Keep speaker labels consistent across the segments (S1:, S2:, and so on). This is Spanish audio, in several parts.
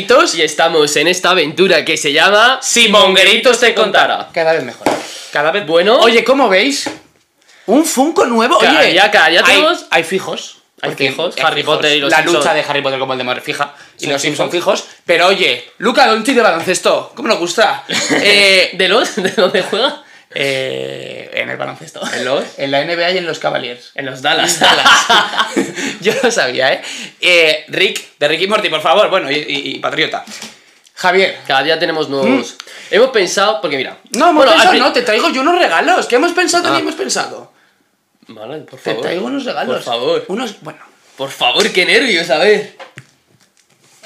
S1: Y estamos en esta aventura que se llama
S2: Si Mongueritos te contara.
S3: Cada vez mejor.
S2: Cada vez
S1: Bueno,
S3: Oye, ¿cómo veis? Un Funko nuevo,
S1: Cada-
S3: oye.
S1: ya, cada- ya
S3: hay,
S1: tenemos-
S3: hay fijos.
S1: Hay
S3: porque
S1: fijos, Harry Potter y los
S3: La
S1: Simpsons.
S3: lucha de Harry Potter como el de Mar fija. Y
S1: Son
S3: los Simpsons fijos. Pero oye, Luca Doncic de baloncesto. ¿Cómo nos gusta? eh,
S1: ¿de los? ¿De dónde juega?
S3: eh, en el baloncesto.
S1: ¿En los?
S3: En la NBA y en los Cavaliers.
S1: En los Dallas. Dallas.
S3: Yo lo sabía, ¿eh? Eh, Rick, de Ricky Morty, por favor. Bueno, y, y- y Patriota. Javier.
S1: Cada día tenemos nuevos. Hemos pensado, porque mira.
S3: Mm. No, hemos
S1: bueno, al
S3: pensado,
S1: pri- Ah.
S3: no, te traigo yo unos regalos. ¿Qué hemos pensado ni hemos pensado?
S1: Vale, por
S3: Te
S1: favor.
S3: traigo unos regalos.
S1: Por favor.
S3: Unos, bueno.
S1: Por favor, qué nervios, a ver.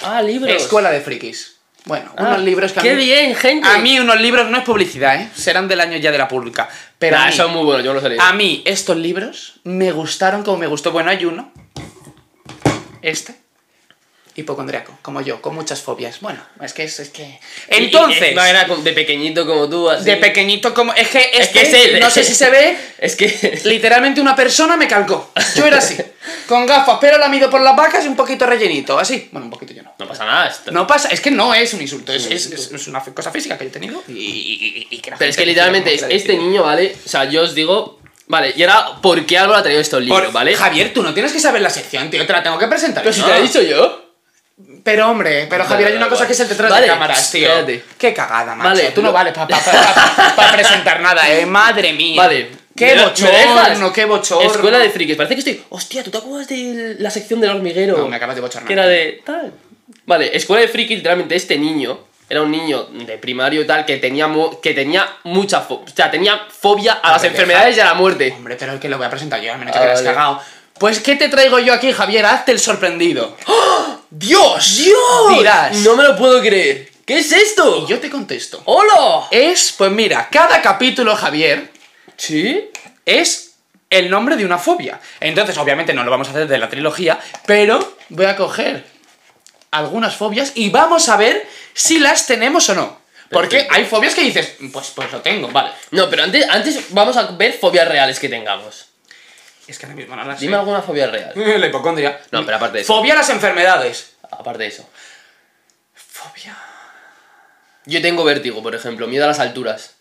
S1: Ah, libros.
S3: Escuela de frikis. Bueno,
S1: Ah,
S3: unos libros que a
S1: Qué
S3: mí,
S1: bien, gente.
S3: a mí unos libros no es publicidad, ¿eh? Serán del año ya de la pública. Pero
S1: Nah,
S3: a, mí,
S1: son muy buenos, yo no los he leído.
S3: a mí estos libros me gustaron como me gustó. Bueno, hay uno. Este. Hipocondriaco, como yo, con muchas fobias. Bueno, es que es, es que.
S1: Y- y-
S3: Entonces,
S1: No era como- de pequeñito como tú, así.
S3: de pequeñito como. Es que este,
S1: que es él.
S3: no sé si se ve,
S1: Es que.
S3: Literalmente una persona me calcó. Yo era así. Con gafas, pero la mido por las vacas y un poquito rellenito. Así. Bueno, un poquito yo no.
S1: No pasa nada. esto-
S3: No pasa, es que no es un insulto, es,
S1: un
S3: es-
S1: insulto.
S3: es- es una f- cosa física que yo he tenido y, y- y- y que la
S1: Pero es
S3: gente
S1: que literalmente es
S3: quiera como quiera
S1: este
S3: decir.
S1: niño, ¿vale? O sea, yo os digo. Vale, y ahora, ¿por qué Álvaro ha traído estos libros,
S3: Por-
S1: vale?
S3: Javier, tú no tienes que saber la sección, tío, te la tengo que presentar.
S1: Pero si
S3: yo.
S1: te lo he dicho yo.
S3: Pero hombre, pero Javier, hay una
S1: vale,
S3: cosa
S1: vale.
S3: que es el detrás
S1: Vale,
S3: de cámaras, tío.
S1: espérate.
S3: Qué cagada, macho.
S1: Vale,
S3: tú no
S1: lo-
S3: vales para presentar nada, eh. Madre mía.
S1: Vale.
S3: Qué
S1: ¿Me- me
S3: bochorno,
S1: dejas?
S3: qué bochorno.
S1: Escuela de frikis. Parece que estoy. Hostia, ¿tú te acuerdas de la sección del hormiguero?
S3: No, me acabas de bochornar.
S1: Que era de. Tal. Vale, escuela de frikis, literalmente este niño. Era un niño de primario y tal que tenía, mu- que tenía mucha fo- O sea, tenía fobia a las
S3: Hombre, deja-
S1: enfermedades y a la muerte.
S3: Hombre, pero el que lo voy a presentar yo, al menos
S1: Ah,
S3: te quedas
S1: vale.
S3: cagado. Pues, ¿qué te traigo yo aquí, Javier? Hazte el sorprendido.
S1: ¡Oh!
S3: ¡Dios! ¡Dios! Dirás.
S1: No me lo puedo creer. ¿Qué es esto?
S3: Y yo te contesto.
S1: ¡Hola!
S3: Es, pues mira, cada capítulo, Javier,
S1: ¿Sí?
S3: es el nombre de una fobia. Entonces, obviamente, no lo vamos a hacer de la trilogía, pero voy a coger algunas fobias y vamos a ver si las tenemos o no. Porque
S1: Perfecto.
S3: hay fobias que dices, pues, pues lo tengo, vale.
S1: No, pero antes, antes vamos a ver fobias reales que tengamos.
S3: Es que ahora mismo no las
S1: Dime alguna fobia real.
S3: sé. La hipocondria.
S1: No, pero aparte de eso.
S3: Fobia a las enfermedades.
S1: Aparte de eso.
S3: Fobia.
S1: Yo tengo vértigo, por ejemplo, miedo a las alturas.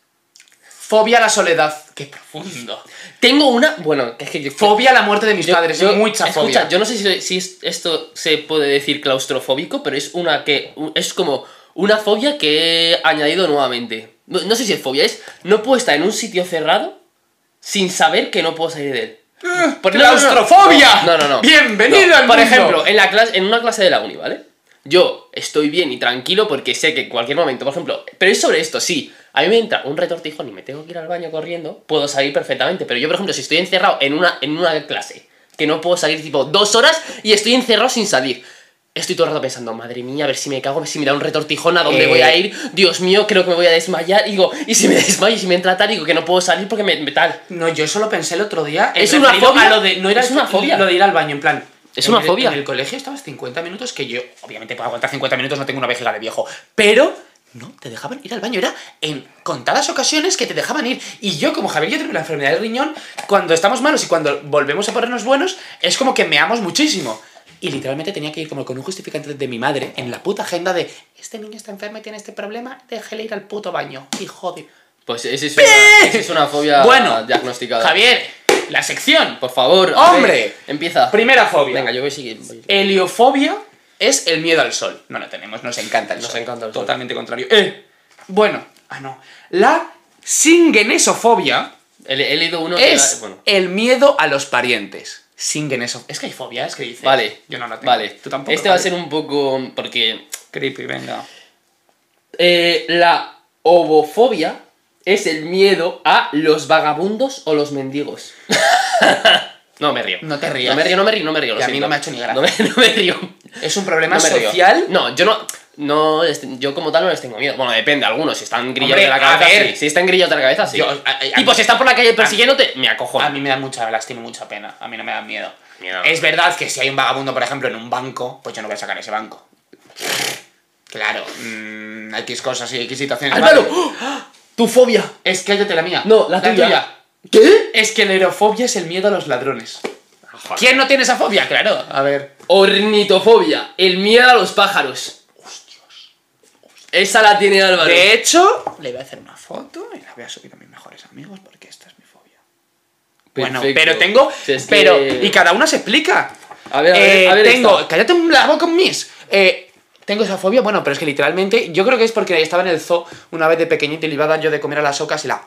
S3: Fobia a la soledad. Qué profundo.
S1: Tengo una. Bueno, es que. yo-
S3: Fobia a la muerte de mis
S1: yo-
S3: padres.
S1: yo-
S3: mucha
S1: escucha,
S3: fobia.
S1: yo no sé si, si es- esto se puede decir claustrofóbico, pero es una que. u- Es como una fobia que he añadido nuevamente. No, no sé si es fobia, es. No puedo estar en un sitio cerrado sin saber que no puedo salir de él. Por- no, no, no.
S3: ¡Ah! ¡Claustrofobia!
S1: No, no, no.
S3: ¡Bienvenido
S1: No,
S3: al
S1: Por
S3: mundo!
S1: ejemplo, en, la clase, en una clase de la uni, ¿vale? Yo estoy bien y tranquilo porque sé que en cualquier momento, por ejemplo, pero es sobre esto, sí. A mí me entra un retortijón y me tengo que ir al baño corriendo, puedo salir perfectamente. Pero yo, por ejemplo, si estoy encerrado en una, en una clase, que no puedo salir tipo dos horas y estoy encerrado sin salir. Estoy todo el rato pensando, madre mía, a ver si me cago, a ver si me da un retortijón, a dónde
S3: Eh.
S1: voy a ir, Dios mío, creo que me voy a desmayar, y digo, y si me desmayo, y si me entra tal, digo que no puedo salir porque me, me tal.
S3: No, yo eso lo pensé el otro día. en
S1: Es una
S3: referido
S1: fobia.
S3: a lo de- no era
S1: Es una fobia.
S3: Lo de ir al baño, en plan.
S1: Es
S3: en
S1: una
S3: el-
S1: fobia.
S3: En el colegio estabas 50 minutos, que yo, obviamente, puedo aguantar 50 minutos, no tengo una vejiga de viejo. Pero no te dejaban ir al baño. Era en contadas ocasiones que te dejaban ir. Y yo, como Javier, yo tengo la enfermedad del riñón. Cuando estamos malos y cuando volvemos a ponernos buenos, es como que meamos muchísimo. Y literalmente tenía que ir como con un justificante de mi madre en la puta agenda de este niño está enfermo y tiene este problema, déjele ir al puto baño. Hijo de.
S1: Pues esa es una, esa es una fobia
S3: Bueno,
S1: diagnosticada.
S3: Javier, la sección.
S1: Por favor, a
S3: ¡Hombre!
S1: ver, empieza.
S3: Primera fobia.
S1: Venga, yo voy siguiendo.
S3: Heliofobia es el miedo al sol. No lo tenemos, nos encanta el
S1: Nos
S3: sol.
S1: encanta el sol.
S3: Totalmente contrario. Eh, bueno, ah, no. La singenesofobia
S1: He, he leído uno que
S3: es
S1: era- bueno.
S3: el miedo a los parientes. Singenesofobia. Es que hay fobias que dices.
S1: Vale.
S3: Yo no la tengo.
S1: Vale.
S3: Tú tampoco.
S1: Este va a ser un poco porque
S3: Creepy, venga.
S1: eh, la obofobia es el miedo a los vagabundos o los mendigos. no me río.
S3: No te
S1: No
S3: rías.
S1: me río, no me río, no me río. lo
S3: Y a mí
S1: siento.
S3: no me ha hecho ni gracia.
S1: No me, no me río.
S3: Es un problema
S1: No me río.
S3: social.
S1: No, yo no. No, les- yo como tal no les tengo miedo. Bueno, depende, algunos. Si están grillados
S3: Hombre,
S1: de la
S3: a
S1: cabeza,
S3: ver.
S1: sí. Si están grillados de la cabeza, sí.
S3: Yo- a- a- a-
S1: tipo, si están por la calle persiguiéndote, me acojono.
S3: A mí me da mucha lástima y mucha pena. A mí no me da miedo.
S1: Pues Miedo.
S3: Es verdad que si hay un vagabundo, por ejemplo, en un banco, pues yo no voy a sacar ese banco. Claro, mm, hay X cosas y X situaciones.
S1: ¡Álvaro! ¡ah!
S3: vale.
S1: ¡Tu fobia!
S3: Es que cállate la mía.
S1: No, la tuya. ¿Qué?
S3: Es que la erofobia es el miedo a los ladrones. ¿Quién no tiene esa fobia? Claro. A ver.
S1: Ornitofobia, el miedo a los pájaros. Esa la tiene Álvaro.
S3: De hecho, le voy a hacer una foto y la voy a subir a mis mejores amigos porque esta es mi fobia. Bueno,
S1: Perfecto.
S3: pero tengo.
S1: Si es que-
S3: pero. Y cada una se explica.
S1: A ver, a ver,
S3: Eh,
S1: a ver
S3: Tengo.
S1: esta.
S3: Cállate la boca con mis. Eh, tengo esa fobia, bueno, pero es que literalmente. Yo creo que es porque estaba en el zoo una vez de pequeñito y le iba a dar yo de comer a las ocas y la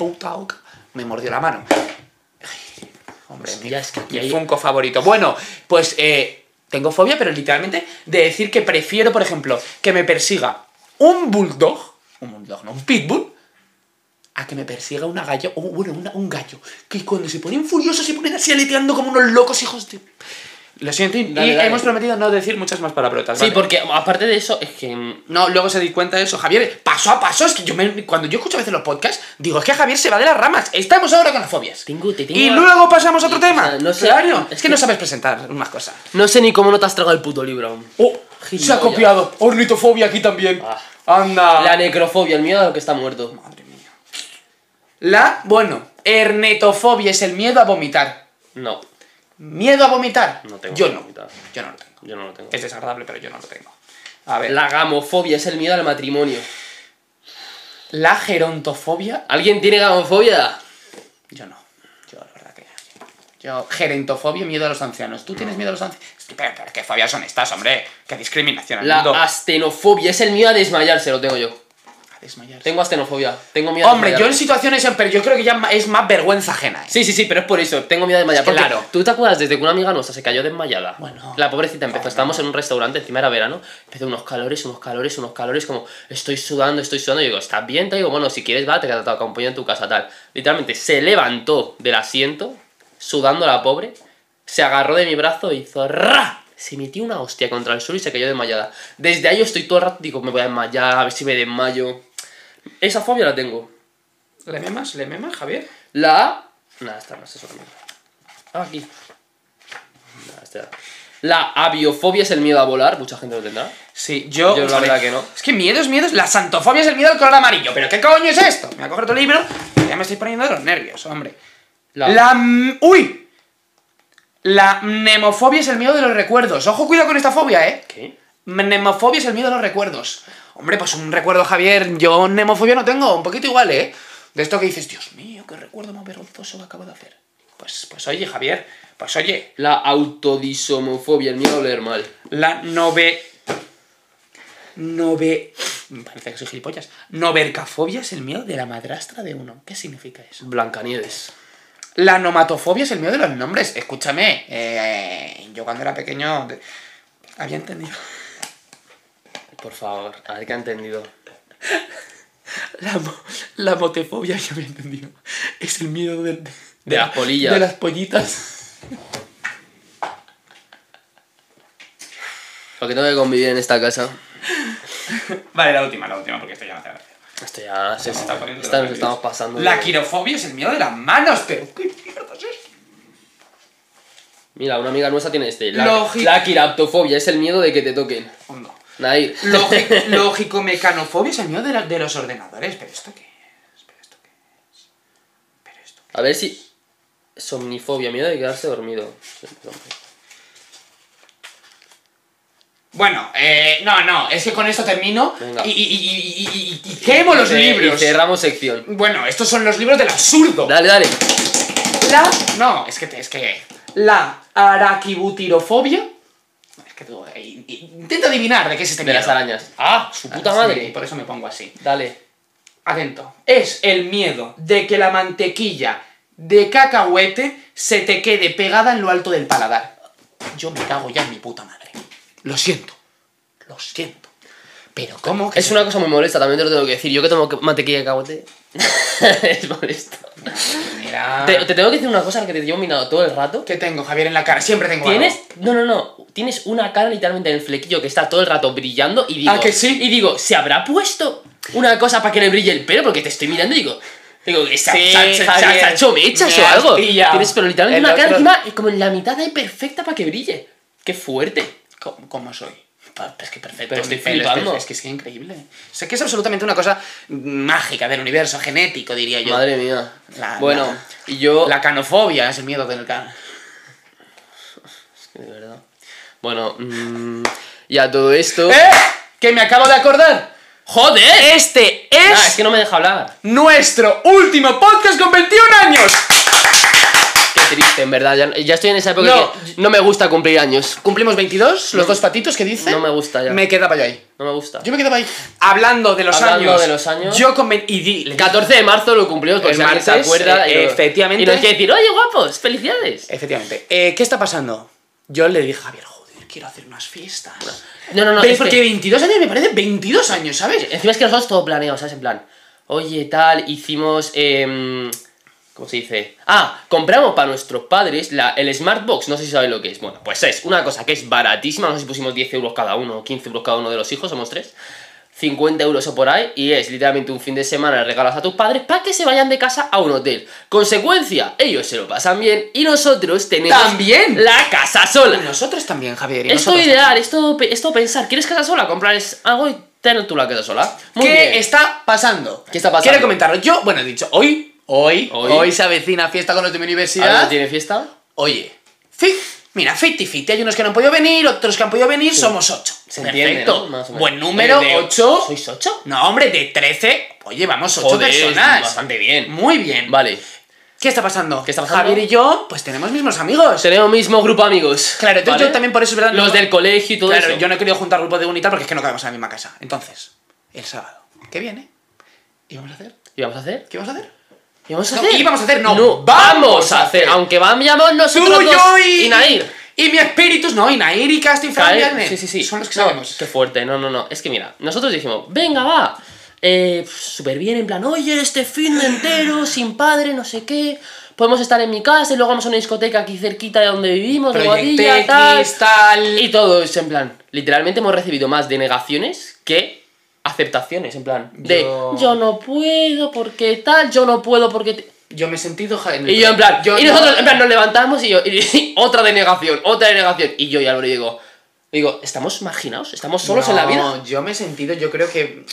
S3: puta oca me mordió la mano. Ay, Hombre, mi,
S1: Hostia, es que aquí
S3: mi
S1: hay-
S3: Funko favorito. Bueno, pues eh, tengo fobia, pero literalmente de decir que prefiero, por ejemplo, que me persiga un bulldog, un bulldog, no, un pitbull, a que me persiga una gallo, o bueno, una- un gallo, que cuando se ponen furiosos se ponen así aleteando como unos locos hijos de... Lo siento, y-
S1: Dale,
S3: y
S1: dale.
S3: hemos prometido no decir muchas más palabrotas.
S1: Sí,
S3: ¿vale?
S1: porque aparte de eso, es que. mm,
S3: No, luego se di cuenta de eso, Javier, paso a paso, es que yo me- cuando yo escucho a veces los podcasts, digo, es que Javier se va de las ramas, estamos ahora con las fobias.
S1: Tengo, te tengo
S3: Y
S1: la-
S3: luego pasamos a otro
S1: Y, o sea,
S3: tema.
S1: no sé-
S3: Claro,
S1: es
S3: es
S1: que-
S3: que no sabes presentar unas cosas.
S1: No sé ni cómo no te has tragado el puto libro aún.
S3: Oh, se ha
S1: Gilipollas.
S3: copiado. Ornitofobia aquí también.
S1: Ah.
S3: Anda.
S1: La necrofobia, el miedo a lo que está muerto.
S3: Madre mía. La, bueno, ernetofobia es el miedo a vomitar.
S1: No,
S3: ¿Miedo a vomitar?
S1: No tengo
S3: Yo
S1: miedo a
S3: no.
S1: vomitar.
S3: Yo no lo tengo.
S1: yo no lo tengo.
S3: Es desagradable, pero yo no lo tengo. A ver. La,
S1: La gamofobia es el miedo al matrimonio.
S3: gerontofobia,
S1: ¿Alguien tiene gamofobia?
S3: yo no. Yo, la verdad que. Yo, gerentofobia, miedo a los ancianos. ¿Tú tienes miedo a los ancianos? Es que, pero, pero, ¿qué fobias son estas, hombre? ¿Qué discriminación al
S1: La
S3: mundo?
S1: astenofobia es el miedo a desmayarse, lo tengo yo.
S3: A desmayarse.
S1: Tengo astenofobia, tengo miedo a
S3: Hombre, yo en
S1: desmayarme.
S3: situaciones. Pero yo creo que ya es más vergüenza ajena. ¿eh?
S1: Sí, sí, sí, pero es por eso, tengo miedo a desmayar. porque
S3: Claro.
S1: ¿Tú te acuerdas desde que una amiga nuestra se cayó desmayada?
S3: Bueno.
S1: La pobrecita empezó,
S3: Bueno.
S1: estábamos en un restaurante, encima era verano, empezó unos calores, unos calores, unos calores, como estoy sudando, estoy sudando. Y digo, ¿estás bien? Te digo, bueno, si quieres, va, te, te acompaño en tu casa, tal. Literalmente se levantó del asiento, sudando la pobre, se agarró de mi brazo y hizo ¡ra! Se metió una hostia contra el suelo y se cayó desmayada. Desde ahí yo estoy todo el rato, digo, me voy a desmayar, a ver si me desmayo. Esa fobia la tengo.
S3: ¿Le memas? ¿Le memas, Javier?
S1: La. Nada, esta no es eso también. Ah, aquí. Nah, esta- La aviofobia es el miedo a volar, mucha gente lo tendrá.
S3: Sí, yo.
S1: Yo la
S3: Joder,
S1: verdad que no.
S3: Es que miedos, miedos. La santofobia es el miedo al color amarillo. ¿Pero qué coño es esto? Me voy a coger tu libro. que Ya me estoy poniendo de los nervios, hombre.
S1: La-
S3: La. m- ¡Uy! La mnemofobia es el miedo de los recuerdos. Ojo, cuidado con esta fobia, ¿eh?
S1: ¿Qué?
S3: Mnemofobia es el miedo a los recuerdos. Hombre, pues un recuerdo, Javier. Yo mnemofobia no tengo, un poquito igual, ¿eh? De esto que dices, Dios mío, qué recuerdo más vergonzoso que acabo de hacer. Pues, pues oye, Javier, pues oye.
S1: La autodisomofobia, el miedo a oler mal.
S3: La nove. Nove. Me parece que soy gilipollas. Novercafobia es el miedo de la madrastra de uno. ¿Qué significa eso?
S1: Blancanieves.
S3: La nomatofobia es el miedo de los nombres. Escúchame, eh, yo cuando era pequeño. de- Había entendido.
S1: Por favor, a ver qué ha entendido.
S3: La, mo- la motefobia, ya me he entendido. Es el miedo del- de,
S1: De las polillas.
S3: De las pollitas.
S1: Lo que tengo que convivir en esta casa.
S3: Vale, la última, la última, porque esto ya no hace gracia.
S1: Esto ya se
S3: Está poniendo
S1: esta nos
S3: los nervios.
S1: estamos pasando.
S3: La
S1: de-
S3: quirofobia es el miedo de las manos, pero ¿qué mierda es esto?
S1: Mira, una amiga nuestra tiene este. La,
S3: Logi-
S1: la quiraptofobia es el miedo de que te toquen.
S3: Hondo.
S1: Nair.
S3: Lógico, mecanofobia es el miedo de, la- de los ordenadores, pero ¿esto qué es? ¿Pero esto qué es? ¿Pero esto
S1: A ver si. Somnifobia, miedo de quedarse dormido.
S3: qué? Bueno, eh, no, no, es que con esto termino
S1: Venga.
S3: y, y, y, y- y- y quemo los
S1: Y ce- y
S3: libros.
S1: cerramos sección.
S3: Bueno, estos son los libros del absurdo.
S1: Dale, dale.
S3: La. No, es que. te- Es que la araquibutirofobia. Es que tú. eh, in- in- Intenta adivinar de qué es este
S1: De las
S3: miedo.
S1: arañas. ¡Ah! ¡Su puta
S3: Sí,
S1: madre!
S3: por eso me pongo así.
S1: Dale.
S3: Atento. Es el miedo de que la mantequilla de cacahuete se te quede pegada en lo alto del paladar. Yo me cago ya en mi puta madre. Lo siento. Lo siento. Pero ¿cómo que
S1: Es
S3: se-
S1: una cosa muy molesta, también te lo tengo que decir. Yo que tomo que- mantequilla de cagote. es molesto.
S3: Mira.
S1: Te, te tengo que decir una cosa que te llevo minado todo el rato.
S3: Ah. ¿Qué tengo, Javier, en la cara? Siempre tengo algo.
S1: Tienes. No, no, no. Tienes una cara literalmente en el flequillo que está todo el rato brillando y digo.
S3: ¿A Ah, que sí?
S1: Y digo, ¿se habrá puesto una cosa para que le brille el pelo? Porque te estoy mirando y digo. Digo, que sa-
S3: Sí,
S1: sa- sa-
S3: Javier,
S1: sa- sacho mechas
S3: me
S1: o
S3: has
S1: algo.
S3: pillado.
S1: Tienes, pero literalmente
S3: El
S1: una cara
S3: otro-
S1: encima como en la mitad ahí perfecta para que brille. Qué fuerte.
S3: ¿Cómo, cómo soy? Pa- Es que perfecto.
S1: Pero estoy
S3: mi pelo,
S1: flipando.
S3: Es, que es que es increíble. O sea, que es absolutamente una cosa mágica del universo, genético, diría yo.
S1: Madre mía.
S3: La-
S1: bueno,
S3: la-
S1: y yo.
S3: La canofobia es el miedo del can.
S1: De verdad. Bueno, mm, y a todo esto.
S3: ¡Eh! ¡Que me acabo de acordar!
S1: ¡Joder!
S3: Este es,
S1: Ah, es que no me deja hablar.
S3: nuestro último podcast con 21 años.
S1: Qué triste, en verdad. Ya, ya estoy en esa época
S3: No.
S1: que no me gusta cumplir años.
S3: Cumplimos 22, los
S1: No.
S3: dos patitos que dicen.
S1: No me gusta ya.
S3: Me quedaba yo ahí.
S1: No me gusta.
S3: Yo me quedaba ahí. Hablando de los
S1: Hablando
S3: años.
S1: de los años.
S3: Yo con. ve- Y di, le-
S1: El 14 de marzo lo cumplimos porque
S3: El
S1: si alguien se
S3: martes,
S1: acuerda.
S3: eh,
S1: y lo-
S3: efectivamente.
S1: Y nos quiere decir, oye, guapos, felicidades.
S3: Efectivamente. Eh, ¿Qué está pasando? Yo le dije a Javier, joder, quiero hacer unas fiestas.
S1: No, no, no.
S3: ¿Veis?
S1: es que-
S3: Porque 22 años me parece 22 años, ¿sabes?
S1: Encima es que nosotros todo planeado, ¿sabes? En plan, oye, tal, hicimos. em, ¿Cómo se dice? Ah, compramos para nuestros padres la, el Smartbox, no sé si sabéis lo que es. Bueno, pues es una cosa que es baratísima, no sé si pusimos 10 euros cada uno o 15 euros cada uno de los hijos, somos tres. 50 euros o por ahí, y es literalmente un fin de semana le regalas a tus padres para que se vayan de casa a un hotel. Consecuencia, ellos se lo pasan bien y nosotros tenemos
S3: ¡También!
S1: la casa sola.
S3: Y Nosotros también, Javier. y
S1: Esto
S3: nosotros
S1: ideal, esto, pe- esto pensar. ¿Quieres casa sola? Comprar es algo y tener tú la casa sola. Muy
S3: ¿Qué
S1: bien.
S3: está pasando?
S1: ¿Qué está pasando?
S3: Quiero comentarlo. Yo, bueno, he dicho, hoy, hoy, hoy,
S1: Hoy.
S3: se avecina fiesta con los de mi
S1: ¿Alguien
S3: universidad.
S1: tiene fiesta?
S3: Oye, fi- mira, 50-50. Hay unos que no han podido venir, otros que han podido venir, somos 8.
S1: Se entiende, ¿no? Más o menos.
S3: Buen número,
S1: Oye, de
S3: 8.
S1: ¿Sois 8?
S3: No, hombre, de 13. Oye, vamos, 8
S1: Joder,
S3: personas.
S1: bastante bien.
S3: Muy bien.
S1: Vale.
S3: ¿Qué está pasando?
S1: ¿Qué está pasando?
S3: Javier y yo, pues tenemos mismos amigos.
S1: Tenemos mismo grupo de amigos.
S3: Claro, entonces
S1: ¿vale?
S3: yo también por eso es verdad.
S1: Los
S3: no-
S1: del colegio y todo
S3: Claro,
S1: eso.
S3: yo no he querido juntar grupos de unidad porque es que no cabemos en la misma casa. Entonces, el sábado, ¿qué viene? ¿Y vamos a hacer?
S1: ¿Y vamos a hacer?
S3: ¿Qué vamos a hacer?
S1: ¿Y vamos a
S3: No,
S1: hacer?
S3: íbamos a hacer, no.
S1: ¡Vamos, a hacer! Aunque vamos
S3: Tú,
S1: nosotros dos
S3: yo y.
S1: y Nair.
S3: Y mi espíritus, no, y Nair y Casting Fran
S1: Caer-
S3: Viernes.
S1: Sí, sí, sí.
S3: Son los que
S1: No,
S3: sabemos.
S1: Qué fuerte, no, no, no. Es que mira, nosotros dijimos, venga, va. Eh, Súper bien, en plan, oye, este fin de entero, sin padre, no sé qué. Podemos estar en mi casa y luego vamos a una discoteca aquí cerquita de donde vivimos, de Guadilla,
S3: Project
S1: tal.
S3: X, tal.
S1: Y todo es en plan, literalmente hemos recibido más denegaciones que aceptaciones, en plan, de
S3: Yo-
S1: yo, no puedo porque tal, yo no puedo porque... te-".
S3: Yo me he sentido. ja- en el-
S1: Y yo en plan,
S3: yo
S1: y
S3: no-
S1: nosotros en plan nos levantamos y yo, y otra denegación, otra denegación. Y yo y Álvaro digo, digo, ¿estamos marginados? ¿Estamos solos en la vida?
S3: No, yo me he sentido, yo creo que.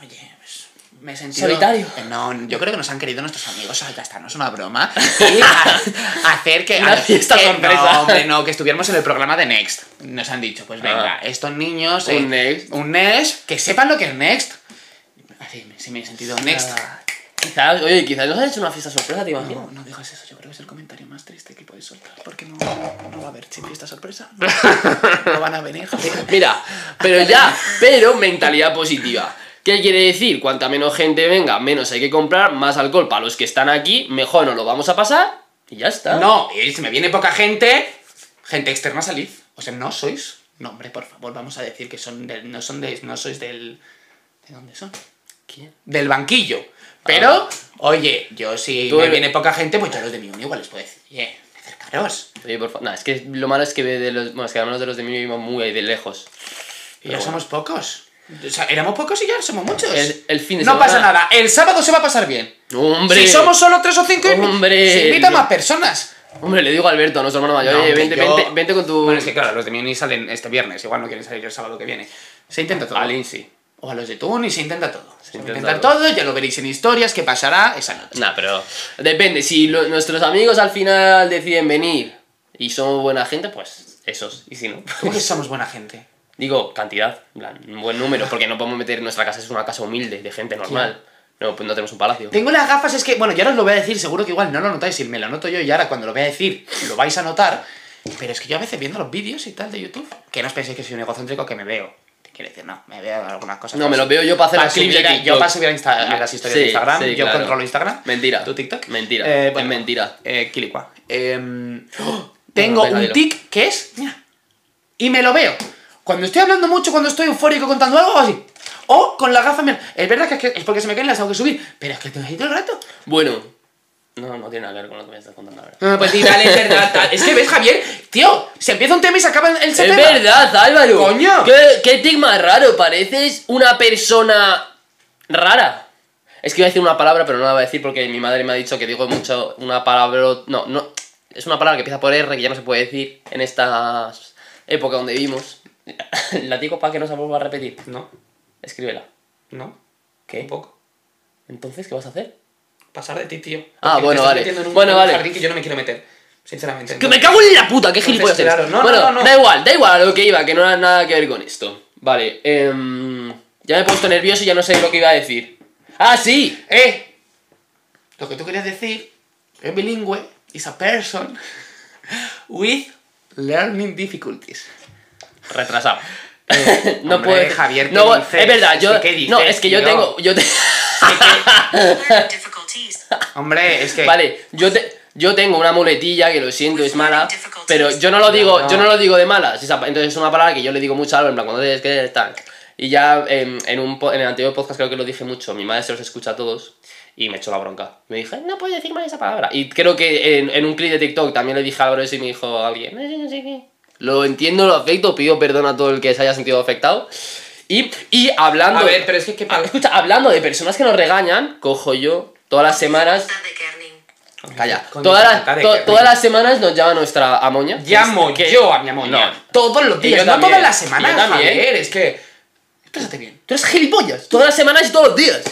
S3: Oye, pues, me he sentido.
S1: Solitario.
S3: Eh, No, yo creo que nos han querido nuestros amigos ah, a gastarnos una broma y a- a hacer que.
S1: Una
S3: a-
S1: fiesta
S3: que-
S1: sorpresa.
S3: No, hombre, no, que estuviéramos en el programa de Next. Nos han dicho, pues venga,
S1: Ah.
S3: estos niños. eh,
S1: Un Next.
S3: Un Next, que sepan lo que es Next. Así, sí me he sentido Next.
S1: Quizás, oye, quizás nos han hecho una fiesta sorpresa, ¿te imaginas?
S3: No, no digas eso, yo creo que es el comentario más triste que puedes soltar, porque no, no va a haber chip esta sorpresa. No van a venir. joder.
S1: Mira, pero ya, pero mentalidad positiva. ¿Qué quiere decir? Cuanta menos gente venga, menos hay que comprar, más alcohol para los que están aquí, mejor nos lo vamos a pasar y ya está.
S3: No, eh, si me viene poca gente, gente externa salid. O sea, no sois. No, hombre, por favor, vamos a decir que son del- no son de, no sois del. ¿De dónde son?
S1: ¿Quién?
S3: Del banquillo. Pero,
S1: Ah.
S3: oye, yo si
S1: Tú
S3: me
S1: el-
S3: viene poca gente, pues yo a los de mi uni igual les puedo decir, oye, acercaros.
S1: Oye, por favor. Nah, es que lo malo es que ve de los. Bueno, es que al menos de los de mí vivimos muy ahí de lejos.
S3: Y
S1: Pero
S3: ya
S1: bueno.
S3: somos pocos. O sea, éramos pocos y ya somos muchos.
S1: El- el fin de
S3: no
S1: semana.
S3: pasa nada, el sábado se va a pasar bien.
S1: ¡Hombre!
S3: Si somos solo tres o cinco, invi-
S1: Hombre,
S3: se invita
S1: no.
S3: más personas.
S1: Hombre, le digo a Alberto, a nuestro hermano mayor,
S3: No,
S1: oye,
S3: hombre,
S1: vente,
S3: yo-
S1: vente, vente con tu.
S3: Bueno, es que claro, los de mi uni salen este viernes, igual no quieren salir el sábado que viene. Se intenta todo.
S1: A Lindsay.
S3: O a los de Tune y se intenta todo. Se,
S1: intenta
S3: intenta todo, ya lo veréis en historias qué pasará esa noche.
S1: Nah, pero. Depende, si lo- nuestros amigos al final deciden venir y somos buena gente, pues esos. Y si no.
S3: ¿Cómo que somos buena gente?
S1: Digo, cantidad, en plan, un buen número, porque no podemos meter nuestra casa, es una casa humilde, de gente normal. No, pues no tenemos un palacio.
S3: Tengo las gafas, es que, bueno, ya os lo voy a decir, seguro que igual no lo notáis, y me lo noto yo y ahora cuando lo voy a decir lo vais a notar, pero es que yo a veces viendo los vídeos y tal de YouTube, que no os penséis que soy un egocéntrico que me veo. Te quiero decir, no, me veo algunas cosas.
S1: No, me lo veo yo para hacer
S3: Para
S1: los clips de
S3: subir a-
S1: TikTok.
S3: Yo para subir a, Insta- a las historias de
S1: Sí,
S3: Instagram,
S1: sí,
S3: yo
S1: claro.
S3: controlo Instagram.
S1: Mentira.
S3: ¿Tu TikTok?
S1: Mentira.
S3: Eh,
S1: Es
S3: bueno.
S1: mentira.
S3: Eh, Kilicua. Em, tengo
S1: Bueno, venga,
S3: un
S1: dilo.
S3: tic que es. Mira. Y me lo veo. Cuando estoy hablando mucho, cuando estoy eufórico contando algo, así. O con la gafa. mira, Es verdad que es, que es porque se me caen las tengo que subir. Pero es que tengo ahí todo el rato.
S1: Bueno, no, no tiene nada que ver con lo que me estás contando ahora.
S3: No, pues sí, dale, es verdad. tal. Es que ves, Javier, tío, se empieza un tema y se acaba el
S1: Es
S3: tema.
S1: verdad, Álvaro.
S3: Coño.
S1: ¿Qué, qué tic más raro, pareces una persona rara. Es que iba a decir una palabra, pero no la voy a decir porque mi madre me ha dicho que digo mucho una palabra. No, no. Es una palabra que empieza por R que ya no se puede decir en esta época donde vivimos. la digo para que no se vuelva a repetir.
S3: No,
S1: Escríbela.
S3: no.
S1: ¿Qué?
S3: Un poco.
S1: Entonces, ¿qué vas a hacer?
S3: Pasar de ti, tío.
S1: Ah,
S3: Porque te
S1: bueno,
S3: estás
S1: vale.
S3: metiendo en un-
S1: Bueno,
S3: en un
S1: vale.
S3: jardín que yo no me quiero meter. Sinceramente.
S1: ¡Que me cago en la puta! ¡Qué gilipollas
S3: Entonces,
S1: eres!
S3: claro, no,
S1: bueno,
S3: no, no, no.
S1: da igual, da igual a lo que iba, que no era nada que ver con esto. Vale, em, ya Ya me he puesto nervioso y ya no sé lo que iba a decir. ¡Ah, sí!
S3: ¡Eh! Lo que tú querías decir es bilingüe. Is a person with learning difficulties.
S1: Retrasado.
S3: no Eh, hombre,
S1: puedo-
S3: Javier, ¿qué
S1: no,
S3: dices?
S1: Es verdad, yo.
S3: ¿Qué dices,
S1: no, es que yo
S3: tío?
S1: tengo. Yo te-
S4: Learning difficulties.
S3: Hombre, es que.
S1: Vale, yo, te- yo tengo una muletilla que lo siento, es mala, pero yo no lo digo,
S3: No.
S1: yo no lo digo de malas. esa- entonces es una palabra que yo le digo mucho a Álvaro, en plan, cuando dices que tal. Y ya em, en, un, po- en el anterior podcast creo que lo dije mucho, mi madre se los escucha a todos y me echó la bronca. Me dije, no puedes decir mal esa palabra. Y creo que en, en un clip de TikTok también le dije a Álvaro eso y me dijo alguien, "No sé, no sé qué". Lo entiendo, lo afecto, pido perdón a todo el que se haya sentido afectado. Y, y hablando...
S3: A ver, pero es que qué
S1: Ah,
S3: pal-
S1: Escucha, hablando de personas que nos regañan, cojo yo todas las semanas.
S4: Lista de Kerning.
S1: Calla.
S3: Ah, Con
S1: Todas
S3: esa
S1: las,
S3: cara de
S1: to-
S3: cabrón.
S1: todas las semanas nos llama nuestra amoña.
S3: Llamo
S1: Que-
S3: yo a mi amoña.
S1: No.
S3: Todos los
S1: Y yo
S3: días, no
S1: también.
S3: todas
S1: Y
S3: las
S1: yo
S3: semanas,
S1: también.
S3: Javier, es que. Pésate bien.
S1: Tú eres gilipollas. Todas las semanas y todos los días.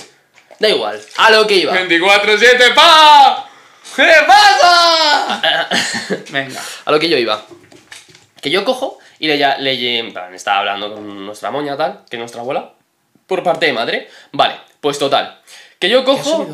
S1: Da igual. A lo que iba.
S3: 24-7, pa! ¿Qué pasa? Venga.
S1: A lo que yo iba. Que yo cojo y le, ya- le lle- en plan, estaba hablando con nuestra moña tal, que es nuestra abuela, por parte de madre. Vale, pues total. Que yo cojo,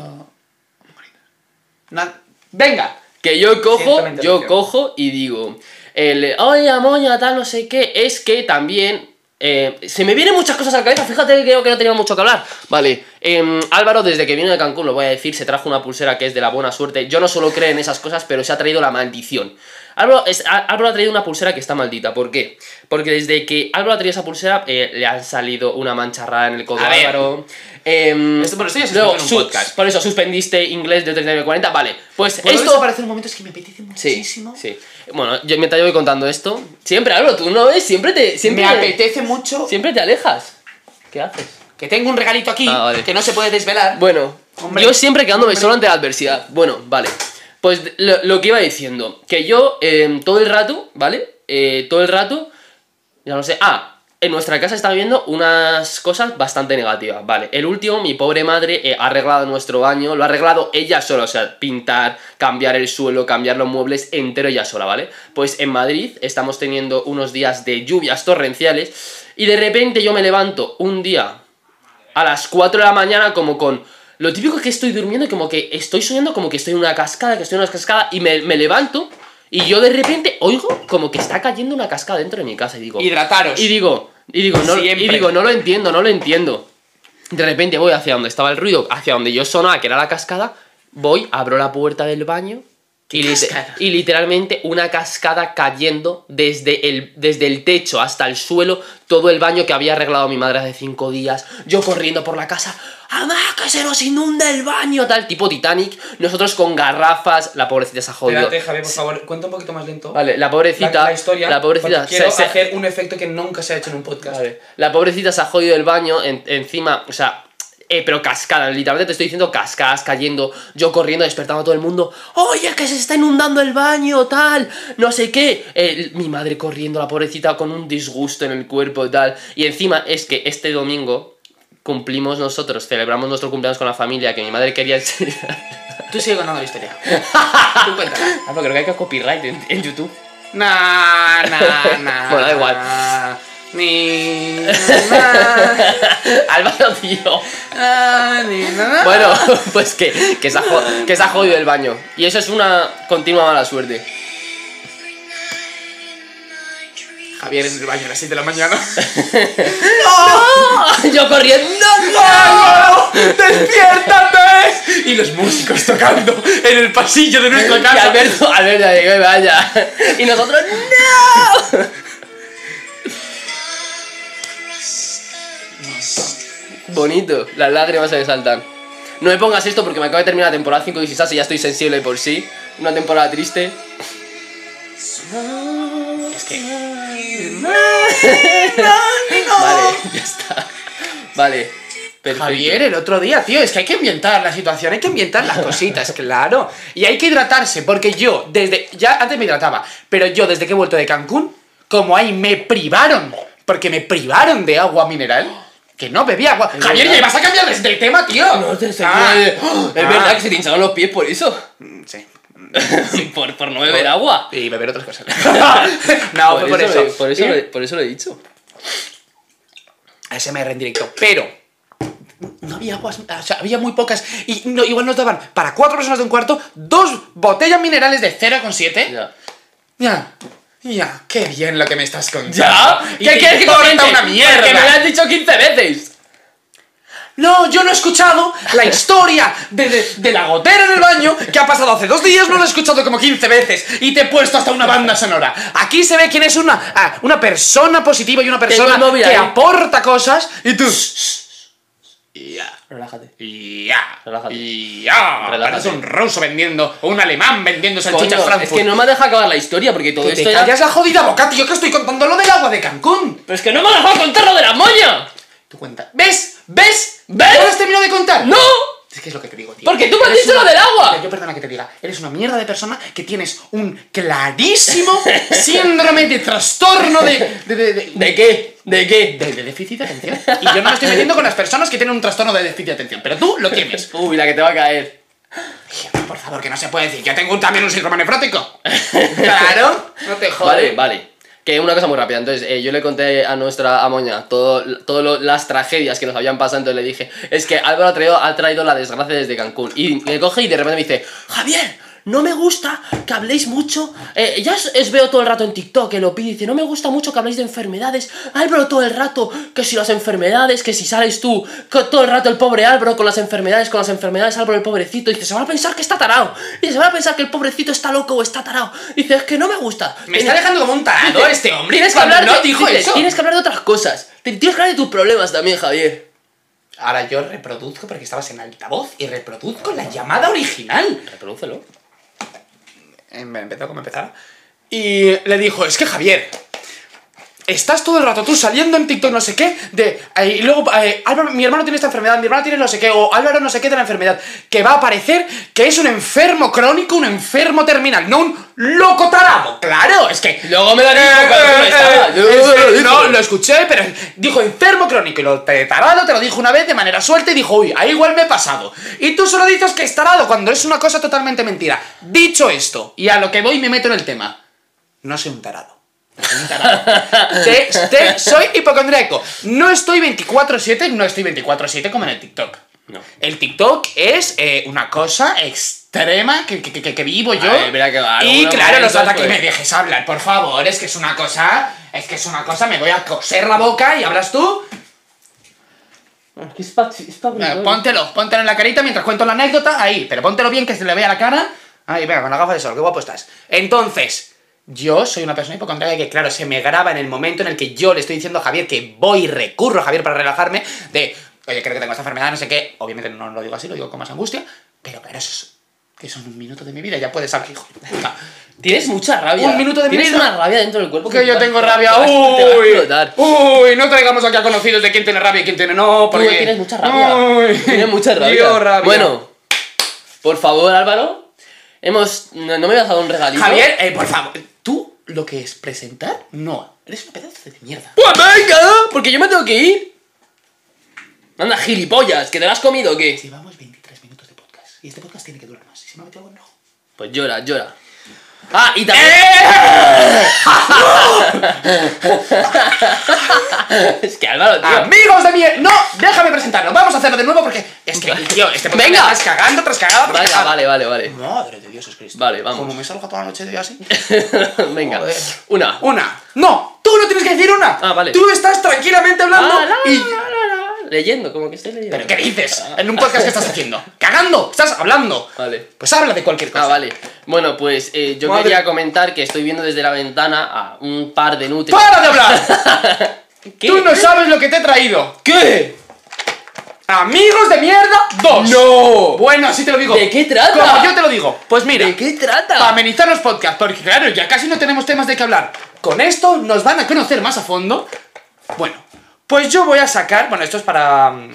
S3: Na- Venga.
S1: que yo
S3: Siento la
S1: cojo, yo
S3: interrupción.
S1: cojo y digo, el, oye, amoña tal, no sé qué, es que también... eh, se me vienen muchas cosas a la cabeza, fíjate que creo que no tenía mucho que hablar. Vale, em, Álvaro, desde que vino de Cancún, lo voy a decir, se trajo una pulsera que es de la buena suerte. Yo no solo creo en esas cosas, pero se ha traído la maldición. Álvaro, es- Á- Álvaro ha traído una pulsera que está maldita. ¿Por qué? Porque desde que Álvaro ha traído esa pulsera, eh, le han salido una mancha rara en el codo
S3: A
S1: a
S3: ver.
S1: Álvaro. Em,
S3: Esto- bueno, esto ya se
S1: luego,
S3: explicó en un
S1: su-
S3: podcast.
S1: Por eso suspendiste inglés de 39-40. Vale, pues
S3: Esto
S1: esto.
S3: parece un momento es que me apetece
S1: Sí,
S3: muchísimo.
S1: sí. Bueno, yo mientras yo voy contando esto, siempre Álvaro, tú no ves, siempre te. Siempre,
S3: Me apetece mucho
S1: Siempre te alejas. ¿Qué haces?
S3: que tengo un regalito aquí
S1: Ah, vale.
S3: que no se puede desvelar.
S1: Bueno,
S3: Hombre.
S1: yo siempre quedándome solo ante la adversidad. Bueno, vale. Pues lo, lo que iba diciendo, que yo em, todo el rato, ¿vale? Eh, todo el rato, ya no sé. Ah, en nuestra casa está viendo unas cosas bastante negativas, ¿vale? El último, mi pobre madre eh, ha arreglado nuestro baño, lo ha arreglado ella sola, o sea, pintar, cambiar el suelo, cambiar los muebles entero ella sola, ¿vale? Pues en Madrid estamos teniendo unos días de lluvias torrenciales y de repente yo me levanto un día a las 4 de la mañana como con... Lo típico es que estoy durmiendo y como que estoy soñando como que estoy en una cascada, que estoy en una cascada y me, me levanto y yo de repente oigo como que está cayendo una cascada dentro de mi casa y digo...
S3: Hidrataros.
S1: Y digo, y digo, no, y
S3: Siempre.
S1: digo, no lo entiendo, no lo entiendo. De repente voy hacia donde estaba el ruido, hacia donde yo sonaba, que era la cascada, voy, abro la puerta del baño y, lite-
S3: cascada?
S1: y literalmente una cascada cayendo desde el, desde el techo hasta el suelo, todo el baño que había arreglado mi madre hace cinco días, yo corriendo por la casa. ¡Amá, que se nos inunda el baño! Tal, tipo Titanic, nosotros con garrafas, la pobrecita se ha jodido.
S3: Espérate, Javier, por favor, cuenta un poquito más lento.
S1: Vale, la
S3: La,
S1: pobrecita.
S3: la historia.
S1: La pobrecita.
S3: porque Quiero
S1: se- se-
S3: hacer un efecto que nunca se ha hecho en un podcast.
S1: Vale. La pobrecita se ha jodido el baño en- encima, o sea, eh, pero cascada, literalmente te estoy diciendo cascadas cayendo, yo corriendo, despertando a todo el mundo. Oye, que se está inundando el baño, tal, no sé qué. Eh, mi madre corriendo, la pobrecita con un disgusto en el cuerpo, tal. Y encima es que este domingo cumplimos nosotros, celebramos nuestro cumpleaños con la familia que mi madre quería enseñar.
S3: Tú sigue contando la historia. Tú cuéntala.
S1: Ah, pero creo que hay que copyright en, en YouTube.
S3: Na, na, na.
S1: Bueno, da igual.
S3: Ni, na,
S1: Álvaro, tío.
S3: na, ni, na, na.
S1: Bueno, pues que, que, se ha jo- que se ha jodido el baño. Y eso es una continua mala suerte.
S3: Javier en el baño a las 7 de la mañana.
S1: Yo corriendo.
S3: ¡No! ¡Despiértate! Y los músicos tocando en el pasillo de nuestra
S1: Y
S3: casa.
S1: Alberto, Alberto, que vaya. Y nosotros, ¡no! Bonito, las lágrimas se me saltan. No me pongas esto porque me acaba de terminar la temporada 5 y quizás ya estoy sensible por sí. Una temporada triste.
S3: Es que.
S1: Vale, ya está. Vale. Perfecto.
S3: Javier, el otro día, tío, es que hay que ambientar la situación, hay que ambientar las cositas, claro. Y hay que hidratarse, porque yo, desde. Ya antes me hidrataba, pero yo desde que he vuelto de Cancún, como ahí me privaron, porque me privaron de agua mineral, que no bebía agua. Javier,
S1: verdad.
S3: ya ibas a cambiar desde el tema, tío.
S1: No te
S3: Ah,
S1: ¡Oh! Es
S3: ah,
S1: verdad que se te hincharon los pies por eso.
S3: Sí.
S1: por, por no beber agua.
S3: Y beber otras cosas. no, fue por eso.
S1: Por eso,
S3: Y-
S1: lo, por eso lo he dicho.
S3: ASMR en directo. Pero no había aguas, o sea, había muy pocas. Y no, igual nos daban para cuatro personas de un cuarto dos botellas minerales de 0,7.
S1: Ya.
S3: Ya, ya, qué bien lo que me estás contando.
S1: ¿Ya?
S3: ¿Qué quieres que
S1: comenta
S3: comenta una mierda?
S1: Que me lo has dicho 15 veces.
S3: No, yo no he escuchado la historia de, de- de la gotera en el baño que ha pasado hace dos días, no la he escuchado como 15 veces y te he puesto hasta una banda sonora. Aquí se ve quién es una, ah, una persona positiva y una persona
S1: el móvil
S3: que
S1: ahí.
S3: aporta cosas y tú... Ya,
S1: Relájate.
S3: ya,
S1: Relájate.
S3: ya.
S1: Relájate.
S3: Pareces un ruso vendiendo, o un alemán vendiendo salchichas
S1: Coño, es
S3: Frankfurt.
S1: que no me has dejado acabar la historia porque todo
S3: Que
S1: esto
S3: te
S1: era-
S3: callas la jodida boca, tío, que estoy contando lo del agua de Cancún.
S1: Pero es que no me has dejado contar lo de la moña.
S3: Tú cuenta. ¿Ves? ¿Ves?
S1: ¿Ves?
S3: ¿No has terminado de contar?
S1: ¡No!
S3: Es que es lo que te digo, tío.
S1: Porque tú me has
S3: Eres
S1: dicho
S3: una-
S1: lo del agua.
S3: Mira, Yo perdona que te diga, eres una mierda de persona que tienes un clarísimo síndrome de trastorno de. ¿De, de, de-
S1: ¿De qué? ¿De qué?
S3: de- de déficit de atención. Y yo no me estoy metiendo con las personas que tienen un trastorno de déficit de atención, pero tú lo tienes.
S1: Uy, la que te va a caer.
S3: Por favor, que no se puede decir. Yo tengo un- también un síndrome nefrótico. Claro, no te jodas.
S1: Vale, vale. Que una cosa muy rápida. Entonces, eh, yo le conté a nuestra amoña todas las tragedias que nos habían pasado. Entonces le dije, es que Álvaro ha traído, ha traído la desgracia desde Cancún. Y me coge y de repente me dice, Javier, no me gusta que habléis mucho. eh, ya os, os veo todo el rato en TikTok, que lo pide. Dice, no me gusta mucho que habléis de enfermedades. Álvaro todo el rato, que si las enfermedades, que si sales tú, que todo el rato el pobre Álvaro con las enfermedades, con las enfermedades, Álvaro el pobrecito. Dice, se van a pensar que está tarao. Dice, se van a pensar que el pobrecito está loco o está tarao. Dice, es que no me gusta.
S3: Me está dejando como un tarado
S1: Dice,
S3: este hombre.
S1: Tienes que
S3: cuando
S1: hablar
S3: no
S1: de,
S3: dijo
S1: dice,
S3: eso.
S1: tienes que hablar de otras cosas. Te- Tienes que hablar de tus problemas también, Javier.
S3: Ahora yo reproduzco porque estabas en altavoz y reproduzco la llamada original.
S1: Reprodúcelo.
S3: Em, Empezó como empezaba. Y le dijo, es que Javier, estás todo el rato tú saliendo en TikTok no sé qué, de... eh, Y luego, eh, Álvaro, mi hermano tiene esta enfermedad, mi hermano tiene no sé qué, o Álvaro no sé qué de la enfermedad, que va a parecer que es un enfermo crónico, un enfermo terminal, no un loco tarado. Claro, es que...
S1: Luego me daré un poco de
S3: Eh,
S1: molestada.
S3: eh, eh, No, lo escuché, pero dijo enfermo crónico. Y lo de tarado te lo dijo una vez de manera suelta y dijo, uy, ahí igual me he pasado. Y tú solo dices que es tarado cuando es una cosa totalmente mentira. Dicho esto, y a lo que voy me meto en el tema. No soy un tarado. No soy un tarado. Te- te- soy hipocondriaco. No estoy 24-7, no estoy 24-7 como en el TikTok.
S1: No.
S3: El TikTok es eh, una cosa extrema que, que- que- que vivo yo.
S1: ver, mira que va,
S3: y
S1: algunos
S3: claro, los
S1: momentos,
S3: ataques
S1: pues.
S3: me dejes hablar, por favor. Es que es una cosa. Es que es una cosa, me voy a coser la boca y hablas tú. Eh, póntelo, póntelo en la carita mientras cuento la anécdota. Ahí, pero póntelo bien que se le vea la cara. Ahí, venga, con la gafa de sol, qué guapo estás. Entonces, yo soy una persona hipocondriaca que, claro, se me graba en el momento en el que yo le estoy diciendo a Javier que voy y recurro a Javier para relajarme. De, oye, creo que tengo esta enfermedad, no sé qué. Obviamente no lo digo así, lo digo con más angustia. Pero claro, eso es. Que son un minuto de mi vida, ya puedes hablar, hijo. Venga.
S1: Tienes mucha rabia.
S3: Un minuto de
S1: Tienes
S3: mierda.
S1: una rabia dentro del cuerpo.
S3: Porque
S1: que
S3: yo
S1: te va-
S3: tengo
S1: te va-
S3: rabia.
S1: te va- te va a
S3: Uy,
S1: explotar.
S3: uy, no traigamos aquí a conocidos de quién tiene rabia y quién tiene no.
S1: Tú
S3: Porque...
S1: tienes mucha rabia.
S3: Uy,
S1: Tienes mucha rabia.
S3: yo rabia.
S1: Bueno, por favor, Álvaro. Hemos. No, no me has dado un regalito.
S3: Javier, eh, por favor, tú lo que es presentar, no. Eres un pedazo de mierda.
S1: ¡Pues venga! Porque yo me tengo que ir. Anda, gilipollas, que te lo has comido o qué.
S3: Llevamos 23 minutos de podcast y este podcast tiene que durar más. Y si me ha metido algo, no.
S1: Pues llora, llora. Ah, y también.
S3: ¡Eh! ¿Eh?
S1: es que Álvaro, tío.
S3: Amigos de mierda, no, déjame presentarlo. Vamos a hacerlo de nuevo porque es que, tío, este podcast
S1: Venga.
S3: me estás cagando tras cagada. tras
S1: Vale,
S3: cagada.
S1: vale, vale, vale.
S3: Madre de Dios, es Cristo.
S1: Vale, vamos.
S3: Como me salga toda la noche de hoy así.
S1: Venga.
S3: Joder.
S1: Una.
S3: Una. No, tú no tienes que decir una.
S1: Ah, vale.
S3: Tú estás tranquilamente hablando
S1: Ah, la,
S3: y.
S1: la, la, la. Leyendo, como que estoy leyendo. Ah,
S3: ¿Pero qué dices? En un podcast que estás haciendo. ¡Cagando! ¡Estás hablando!
S1: Vale.
S3: Pues habla de cualquier cosa.
S1: Ah, vale. Bueno, pues eh, yo
S3: Madre.
S1: quería comentar que estoy viendo desde la ventana a un par de nutrias.
S3: ¡Para de hablar!
S1: ¿Qué?
S3: Tú no sabes lo que te he traído.
S1: ¿Qué?
S3: Amigos de mierda 2.
S1: ¡No!
S3: Bueno, así te lo digo.
S1: ¿De qué trata?
S3: Como yo te lo digo. Pues mira,
S1: ¿De qué
S3: para
S1: trata?
S3: amenizar los podcasts, porque claro, ya casi no tenemos temas de qué hablar. Con esto nos van a conocer más a fondo. Bueno, pues yo voy a sacar, bueno, esto es para mm,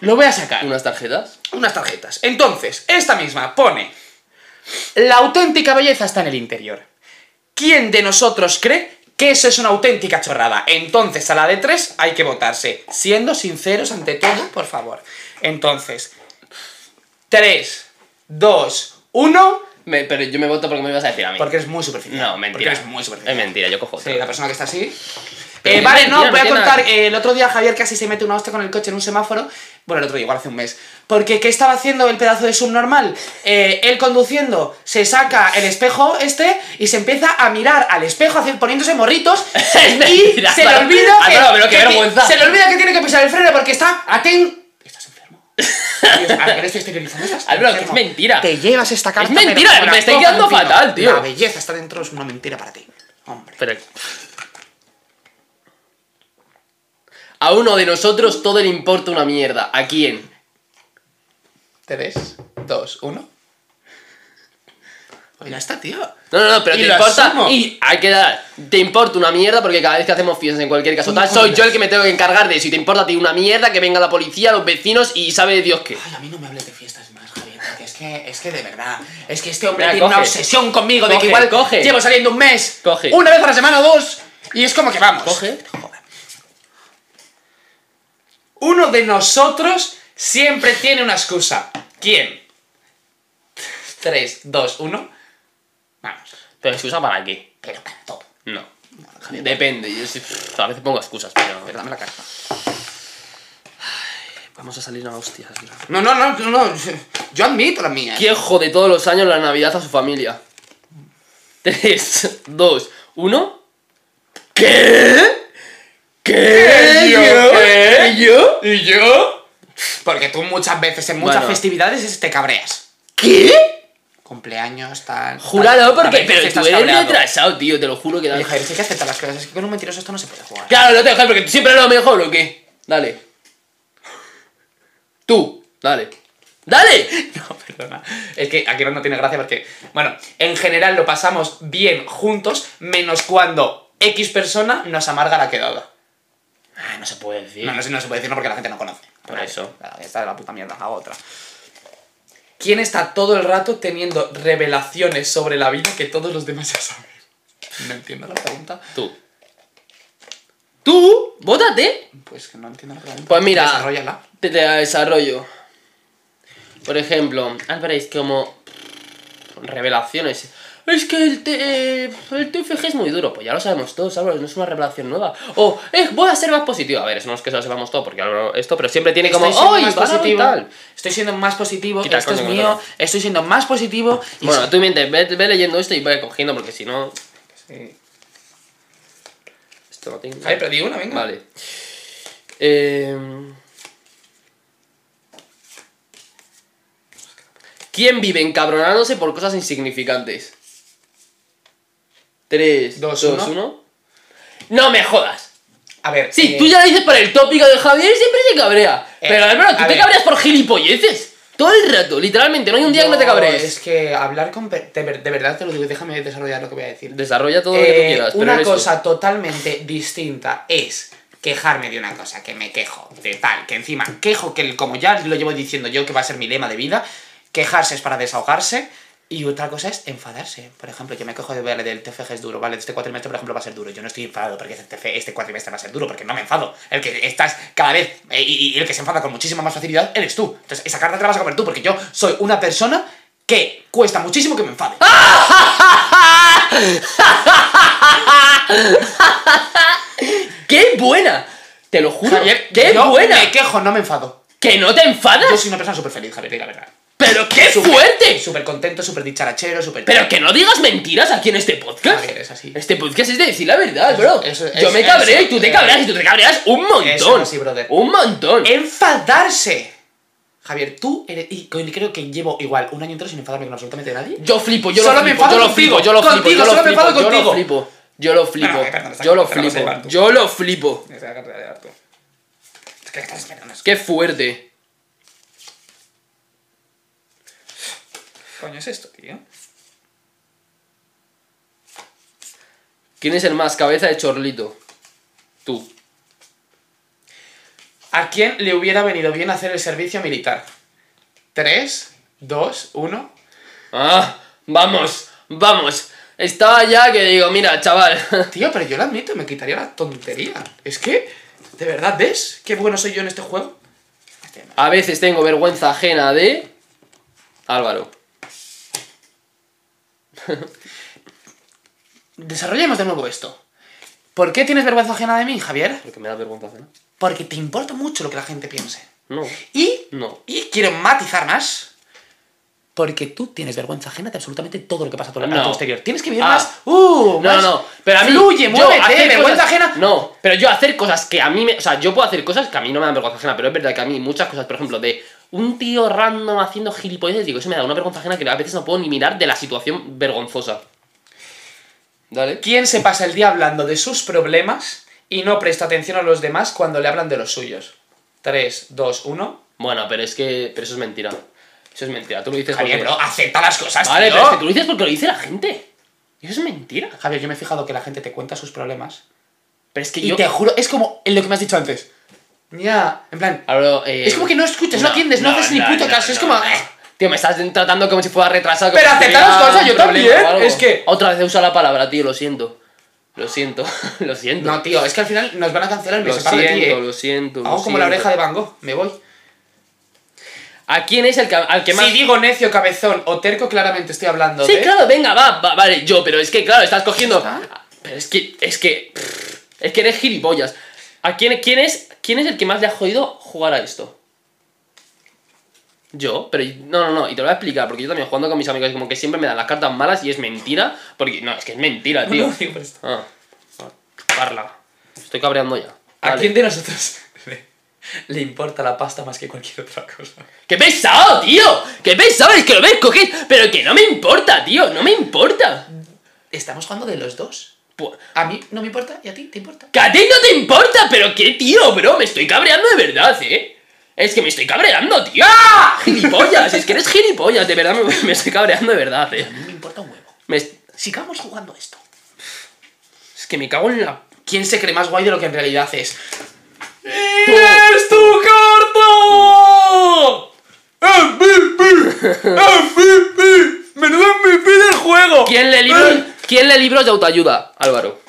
S3: lo voy a sacar
S1: ¿Unas tarjetas?
S3: unas tarjetas. Entonces, esta misma pone La auténtica belleza está en el interior. ¿Quién de nosotros cree que eso es una auténtica chorrada? Entonces, a la de tres hay que votarse. Siendo sinceros ante todo, por favor. Entonces, 3, 2, 1.
S1: Me- pero yo me voto porque me ibas a decir a mí.
S3: Porque eres muy superficial.
S1: No, mentira.
S3: Porque eres muy superficial.
S1: Es mentira, yo cojo otra.
S3: Sí, la persona que está así.
S1: Pero
S3: Eh,
S1: que
S3: vale,
S1: no,
S3: no,
S1: mentira,
S3: voy a
S1: no tiene
S3: contar.
S1: nada que-
S3: eh, el otro día Javier casi se mete una hostia con el coche en un semáforo. Bueno, el otro día, igual hace un mes. Porque, ¿qué estaba haciendo el pedazo de subnormal? Eh, él conduciendo, se saca el espejo este y se empieza a mirar al espejo, hacer- poniéndose morritos. y
S1: Mira,
S3: se le
S1: para-
S3: olvida
S1: Ah,
S3: que,
S1: no, pero qué
S3: que ti-
S1: vergüenza.
S3: Se le olvida que tiene que pisar el freno porque está aten... ¿Estás enfermo? Dios, a ver, estoy exteriorizando, estás
S1: Álvaro, que
S3: enfermo.
S1: es mentira.
S3: Te llevas esta carta. pero
S1: mentira, me
S3: como la
S1: estoy
S3: copa
S1: quedando
S3: un pino.
S1: fatal, tío.
S3: La belleza está dentro, es una mentira para ti. Hombre.
S1: Pero- A uno de nosotros todo le importa una mierda. ¿A quién?
S3: 3, 2, 1. Pues ya está, tío.
S1: No, no, no, pero
S3: Y
S1: te
S3: lo
S1: importa.
S3: asumo.
S1: Y hay que dar. Te importa una mierda porque cada vez que hacemos fiestas en cualquier caso, tal, soy yo el que me tengo que encargar de eso. Y te importa a ti una mierda que venga la policía, los vecinos y sabe Dios qué.
S3: Ay, a mí no me hables de fiestas más, Javier, porque es que, es que de verdad, es que este hombre
S1: Mira,
S3: tiene una
S1: coge.
S3: obsesión conmigo de
S1: Coge,
S3: que igual
S1: coge.
S3: llevo saliendo un mes,
S1: Coge.
S3: una vez a la semana o dos, y es como que vamos.
S1: Coge.
S3: Uno de nosotros siempre tiene una excusa. ¿Quién? 3, 2, 1. Vamos.
S1: Pero excusa para qué?
S3: Pero tanto.
S1: No. Depende. Yo sí, pff, a veces pongo excusas, pero.
S3: Dame la carta.
S1: Vamos a salir a hostias. tío.
S3: No, no, no, no, no. Yo admito la mía. ¿eh?
S1: ¿Quién jode todos los años la Navidad a su familia? 3, 2, 1. ¿Qué? ¿Qué?
S3: ¿Y yo?
S1: ¿Qué? ¿Yo?
S3: ¿Y yo? Porque tú muchas veces, en muchas
S1: Bueno.
S3: festividades, es- te cabreas.
S1: ¿Qué?
S3: Cumpleaños, tal.
S1: Júralo,
S3: tal. A
S1: porque.
S3: veces
S1: Pero
S3: estás
S1: tú eres
S3: cabreado.
S1: retrasado, tío, te lo juro que da.
S3: Oye, Javier, si hay que aceptar las cosas. Es que con un mentiroso esto no se puede jugar.
S1: Claro, no te dejes porque tú siempre eres lo mejor, ¿o qué? Dale. Tú, dale. ¡Dale!
S3: No, perdona. Es que aquí no tiene gracia porque. Bueno, en general lo pasamos bien juntos, menos cuando X persona nos amarga la quedada.
S1: Ah, no se puede decir.
S3: No, no, se- no se puede decir no porque la gente no conoce.
S1: Por eso.
S3: Claro, esta de la puta mierda, a otra. ¿Quién está todo el rato teniendo revelaciones sobre la vida que todos los demás ya saben? No entiendo la pregunta.
S1: Tú. ¿Tú? ¿Vótate?
S3: Pues que no entiendo la pregunta.
S1: Pues mira.
S3: Desarrollala.
S1: Te te la desarrollo. Por ejemplo, Álvaro, es como. Revelaciones. Es que el, T- eh, el TFG es muy duro. Pues ya lo sabemos todos, Álvaro, no es una revelación nueva. O, eh, voy a ser más positivo. A ver, eso no es que se lo sepamos todo, porque Álvaro, esto, pero siempre tiene como.
S3: Estoy siendo
S1: ¡Ay,
S3: más
S1: bárbaro y
S3: positivo.
S1: tal!
S3: Estoy siendo más positivo.
S1: Quita el
S3: esto es
S1: coño que me
S3: mío.
S1: toca.
S3: Estoy siendo más positivo. y
S1: Bueno, tú mientes, ve, ve leyendo esto y ve cogiendo, porque si no.
S3: Sí.
S1: Esto no tengo.
S3: Ay, pero di una, venga.
S1: Vale. Em, ¿Quién vive encabronándose por cosas insignificantes? 3,
S3: Dos,
S1: 2,
S3: uno.
S1: 1. No me jodas.
S3: A ver.
S1: Sí,
S3: eh,
S1: tú ya lo dices por el tópico de Javier y siempre se cabrea.
S3: Eh,
S1: Pero Álvaro, tú
S3: a
S1: te
S3: ver.
S1: cabreas por gilipolleces. Todo el rato, literalmente. No hay un día que no te
S3: yo-
S1: cabrees.
S3: Es que hablar con. per- De, ver- de verdad te lo digo, déjame desarrollar lo que voy a decir.
S1: Desarrolla todo lo que tú
S3: Eh,
S1: quieras. pero
S3: una
S1: eres tú.
S3: cosa totalmente distinta es quejarme de una cosa, que me quejo, de tal, que encima quejo que el- como ya lo llevo diciendo yo que va a ser mi lema de vida, quejarse es para desahogarse y otra cosa es enfadarse. Por ejemplo, yo me quejo de vale, del TFG es duro, vale, este cuatrimestre por ejemplo va a ser duro, yo no estoy enfadado porque este, TFG este cuatrimestre va a ser duro, porque no me enfado. El que estás cada vez eh, y, y el que se enfada con muchísima más facilidad eres tú. Entonces, esa carta te la vas a comer tú porque yo soy una persona que cuesta muchísimo que me enfade.
S1: Ah, ¡Qué buena! Te lo juro.
S3: Javier,
S1: ¡Qué
S3: yo
S1: buena!
S3: me quejo, no me enfado.
S1: ¿Que no te enfadas?
S3: Yo soy una persona súper feliz, Javier, di la verdad.
S1: ¡Pero qué
S3: Súper-
S1: fuerte!
S3: Súper contento, súper dicharachero, súper...
S1: Pero que no digas mentiras aquí en este podcast.
S3: Javier, es así.
S1: Este podcast es de decir la verdad, bro.
S3: eso-
S1: Yo
S3: es-
S1: me cabreo
S3: eso-
S1: y tú te
S3: eh,
S1: cabreas y tú te cabreas un montón.
S3: eso es así, brother. Eh,
S1: Un montón.
S3: ¡Enfadarse! Javier, tú eres... Y co- creo que llevo igual un año entero sin enfadarme con absolutamente nadie.
S1: yo flipo, yo
S3: Solo
S1: lo
S3: me
S1: flipo,
S3: enfado
S1: yo lo
S3: contigo,
S1: flipo, yo lo flipo,
S3: contigo,
S1: yo lo
S3: solo me
S1: flipo,
S3: enfado
S1: yo lo
S3: contigo.
S1: flipo, yo lo flipo,
S3: Bueno, perdón, está
S1: yo lo
S3: bien, perdón,
S1: flipo,
S3: está bien,
S1: yo lo flipo.
S3: Es que estás esperando.
S1: Qué fuerte.
S3: coño es esto, tío?
S1: ¿Quién es el más cabeza de chorlito? Tú.
S3: ¿A quién le hubiera venido bien hacer el servicio militar? 3, 2, 1...
S1: Ah, vamos, vamos. Estaba ya que digo, mira, chaval.
S3: Tío, pero yo lo admito, me quitaría la tontería. Es que, ¿de verdad ves qué bueno soy yo en este juego?
S1: A veces tengo vergüenza ajena de. Álvaro.
S3: Desarrollemos de nuevo esto. ¿Por qué tienes vergüenza ajena de mí, Javier?
S1: Porque me da vergüenza hacerlo.
S3: Porque te importa mucho lo que la gente piense.
S1: No.
S3: Y,
S1: No.
S3: y quiero matizar más. Porque tú tienes vergüenza ajena de absolutamente todo lo que pasa a tu, a tu
S1: No.
S3: exterior. Tienes que vivir
S1: Ah.
S3: más.
S1: No,
S3: ¡Uh! más
S1: no, pero a mí.
S3: Fluye,
S1: yo
S3: muévete, eh,
S1: hacer
S3: vergüenza
S1: cosas-
S3: ajena.
S1: No, pero yo hacer cosas que a mí me. O sea, yo puedo hacer cosas que a mí no me dan vergüenza ajena, pero es verdad que a mí muchas cosas, por ejemplo, de un tío random haciendo gilipolleces, digo, eso me da una vergüenza ajena que a veces no puedo ni mirar de la situación vergonzosa. Dale.
S3: ¿Quién se pasa el día hablando de sus problemas y no presta atención a los demás cuando le hablan de los suyos? 3, 2, 1.
S1: Bueno, pero es que. Pero eso es mentira. Eso es mentira. Tú lo dices
S3: Javier,
S1: porque-
S3: bro, acepta las cosas,
S1: Vale,
S3: tío.
S1: pero es que tú lo dices porque lo dice la gente. Y eso es mentira.
S3: Javier, yo me he fijado que la gente te cuenta sus problemas.
S1: Pero es que
S3: Y
S1: yo.
S3: te juro, es como lo que me has dicho antes. Ya, en plan.
S1: Hablo, eh,
S3: Es como que no escuchas, no atiendes, no haces ni puto caso, es como, eh.
S1: Tío, me estás tratando como si fuera retrasado.
S3: Pero
S1: como si
S3: aceptar
S1: tuviera
S3: las cosas,
S1: un
S3: yo
S1: problema
S3: también,
S1: o algo.
S3: es que-
S1: Otra vez he usado la palabra, tío, lo siento. Lo siento, lo siento.
S3: No, tío, es que al final nos van a cancelar el
S1: lo,
S3: separo de ti,
S1: siento
S3: eh.
S1: lo siento, lo
S3: Hago como la
S1: siento.
S3: oreja de Van Gogh, me voy.
S1: ¿A quién es el que, al que más.?
S3: Si digo necio, cabezón o terco, claramente estoy hablando
S1: Sí,
S3: de...
S1: claro, venga, va, va, vale, yo, pero es que, claro, estás cogiendo.
S3: ¿Ah?
S1: Pero es que, es que. Es que eres gilipollas. ¿A quién, quién, es, ¿Quién es el que más le ha jodido jugar a esto? Yo, pero no, no, no, y te lo voy a explicar, porque yo también jugando con mis amigos, como que siempre me dan las cartas malas y es mentira, porque no, es que es mentira, tío.
S3: No, digo por esto.
S1: Ah, parla. Estoy cabreando ya.
S3: ¿A
S1: Vale.
S3: quién de nosotros le, le importa la pasta más que cualquier otra cosa?
S1: ¡Qué pesado, tío! ¡Qué pesado! Es que lo ves, coges, pero que no me importa, tío, no me importa. Pues,
S3: Estamos jugando de los dos.
S1: Pu-
S3: A mí no me importa y a ti te importa.
S1: ¡Que a ti no te importa! ¿Pero qué, tío, bro? Me estoy cabreando de verdad, ¿eh? Es que me estoy cabreando, tío. ¡Ah! ¡Gilipollas! es que eres gilipollas, de verdad me, me estoy cabreando de verdad, ¿eh?
S3: A mí me importa un huevo.
S1: Me es
S3: Sigamos jugando a esto.
S1: es que me cago en la...
S3: ¿Quién se cree más guay de lo que en realidad es?
S1: ¡Es tu carta!
S3: ¡Menudo MVP del juego!
S1: ¿Quién lee libros, ¿Quién lee libros de autoayuda, Álvaro?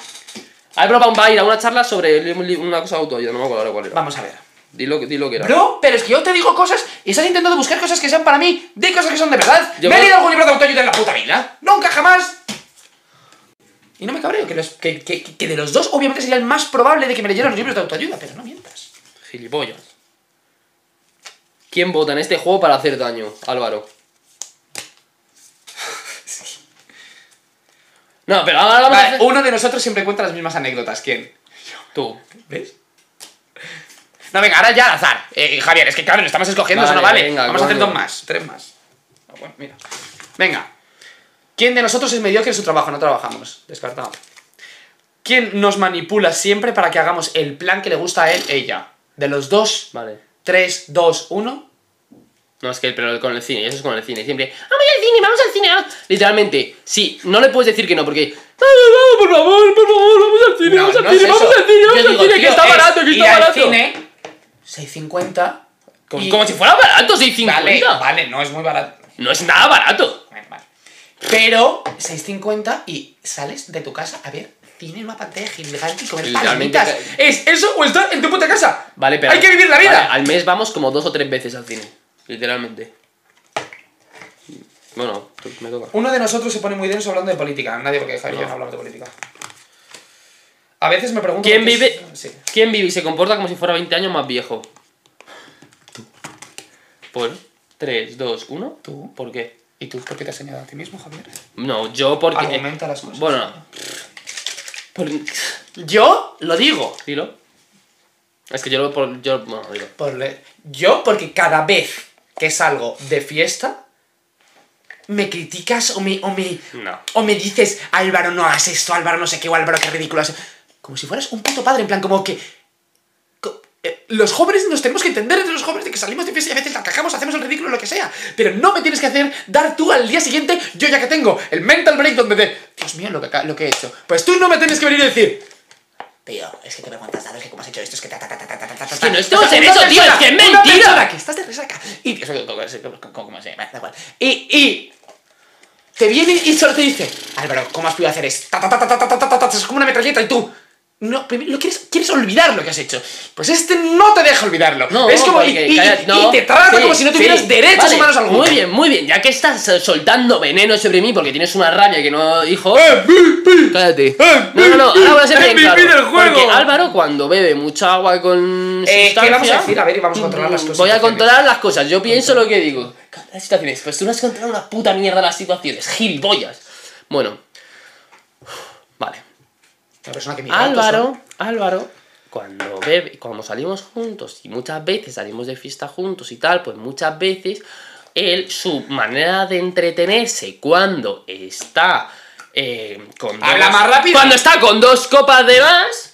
S1: Álvaro va a ir a una charla sobre li- li- una cosa de autoayuda, no me acuerdo ahora cuál era.
S3: Vamos a ver.
S1: Dilo, que- dilo que era.
S3: Bro, pero es que yo te digo cosas y estás intentando buscar cosas que sean para mí. Di cosas que son de verdad.
S1: Yo
S3: me he
S1: creo-
S3: leído algún libro de autoayuda en la puta vida. Nunca, jamás. Y no me cabreo, que, los- que, que- que de los dos obviamente sería el más probable de que me leyeran los libros de autoayuda, pero no mientas.
S1: Gilipollas. ¿Quién vota en este juego para hacer daño, Álvaro? No, pero ahora vamos a
S3: Vale,
S1: hacer...
S3: uno de nosotros siempre cuenta las mismas anécdotas. ¿Quién?
S1: Tú.
S3: ¿Ves? No, venga, ahora ya al azar. Eh, Javier, es que claro, lo estamos escogiendo, eso no
S1: Vale,
S3: vale.
S1: venga,
S3: Vamos a hacer
S1: coño.
S3: dos más, tres más. Ah, bueno, mira. Venga. ¿Quién de nosotros es mediocre en su trabajo? No trabajamos. Descartado. ¿Quién nos manipula siempre para que hagamos el plan que le gusta a él, ella? De los dos,
S1: Vale.
S3: tres, dos, uno.
S1: No, es que pero con el cine, eso es con el cine. Siempre, vamos al cine, vamos al cine. vamos". Literalmente, sí, no le puedes decir que no, porque... "Vamos, Por favor, por favor, vamos al cine, vamos al
S3: no es
S1: cine, vamos
S3: eso.
S1: al cine,
S3: Yo
S1: vamos al
S3: digo,
S1: cine, que
S3: tío,
S1: está
S3: es
S1: barato, que
S3: ir
S1: está
S3: al
S1: barato.
S3: cine, 6.50.
S1: Como,
S3: y-
S1: como si fuera barato, 650.
S3: Vale, vale, no es muy barato.
S1: No es nada barato.
S3: Bueno, vale. Pero 6.50 y sales de tu casa a ver, tiene una pantalla gigante y comer
S1: Literalmente
S3: palomitas. ¿Es eso o estar en tu puta casa?
S1: Vale, pero...
S3: Hay que vivir la vida.
S1: Vale, al mes vamos como dos o tres veces al cine. Literalmente. Bueno, tú- me toca.
S3: Uno de nosotros se pone muy denso hablando de política. Nadie porque Javier y yo no hablamos de política. A veces me pregunto...
S1: ¿Quién
S3: por qué
S1: vive,
S3: es- Sí.
S1: ¿Quién vive y se comporta como si fuera 20 años más viejo? Pues, Por 3, 2, 1.
S3: ¿Tú?
S1: ¿Por qué?
S3: ¿Y tú por qué te has señalado a ti mismo, Javier?
S1: No, yo porque. eh,
S3: Argumenta las cosas.
S1: Bueno, no. Por-
S3: Yo lo digo.
S1: Dilo. Es que yo lo. Por, yo, bueno, dilo.
S3: Por le- Yo porque cada vez que salgo de fiesta... Me criticas o me, o me,
S1: No.
S3: O me dices, Álvaro, no hagas esto, Álvaro, no sé qué, o Álvaro, qué ridículo. has- Como si fueras un puto padre, en plan, como que. co- eh, Los jóvenes nos tenemos que entender entre los jóvenes de que salimos de fiesta y a veces la cagamos, hacemos el ridículo, lo que sea. Pero no me tienes que hacer dar tú al día siguiente, yo ya que tengo el mental break donde de, Dios mío, lo que, aca- lo que he hecho. Pues tú no me tienes que venir a decir, tío, es que te vergüenza, sabes que como has hecho esto, es que ta ta ta ta ta ta ta ta.
S1: que no
S3: ta".
S1: estamos
S3: O sea,
S1: en
S3: una
S1: eso, tío,
S3: persona-
S1: es que es
S3: una
S1: mentira.
S3: persona que estás de resaca. Y. Eso, como, se da igual. Y, y te viene y solo te dice, Álvaro, ¿cómo has podido hacer esto? Ta, ta, ta, ta, ta, ta, ta, ta, ta, ta, es como una metralleta y tú. No, primero, lo quieres, quieres olvidar lo que has hecho. Pues este no te deja olvidarlo.
S1: No,
S3: es como. Y,
S1: porque,
S3: y-
S1: calla-
S3: y
S1: no,
S3: te trata
S1: sí,
S3: como si no tuvieras
S1: sí,
S3: derechos
S1: vale,
S3: humanos alguno.
S1: Muy bien, muy bien. Ya que estás eh, soltando veneno sobre mí porque tienes una rabia que no dijo.
S3: Eh,
S1: Cállate. No, no, no, ahora voy a ser bien
S3: MVP
S1: claro.
S3: del juego.
S1: Porque Álvaro, cuando bebe mucha agua con.
S3: Eh, ¿Qué vamos a
S1: sustancia,
S3: decir? A ver, y vamos a controlar las cosas.
S1: Voy a controlar las cosas, yo pienso lo que digo. Controlar Las situaciones, pues tú no has controlado una puta mierda las situaciones, gilipollas. Bueno, vale.
S3: La persona que mira datos, ¿no?
S1: Álvaro, Álvaro, cuando bebe, cuando salimos juntos y muchas veces salimos de fiesta juntos y tal, pues muchas veces él, su manera de entretenerse cuando está eh, con
S3: Habla más rápido.
S1: Cuando está con dos copas de más.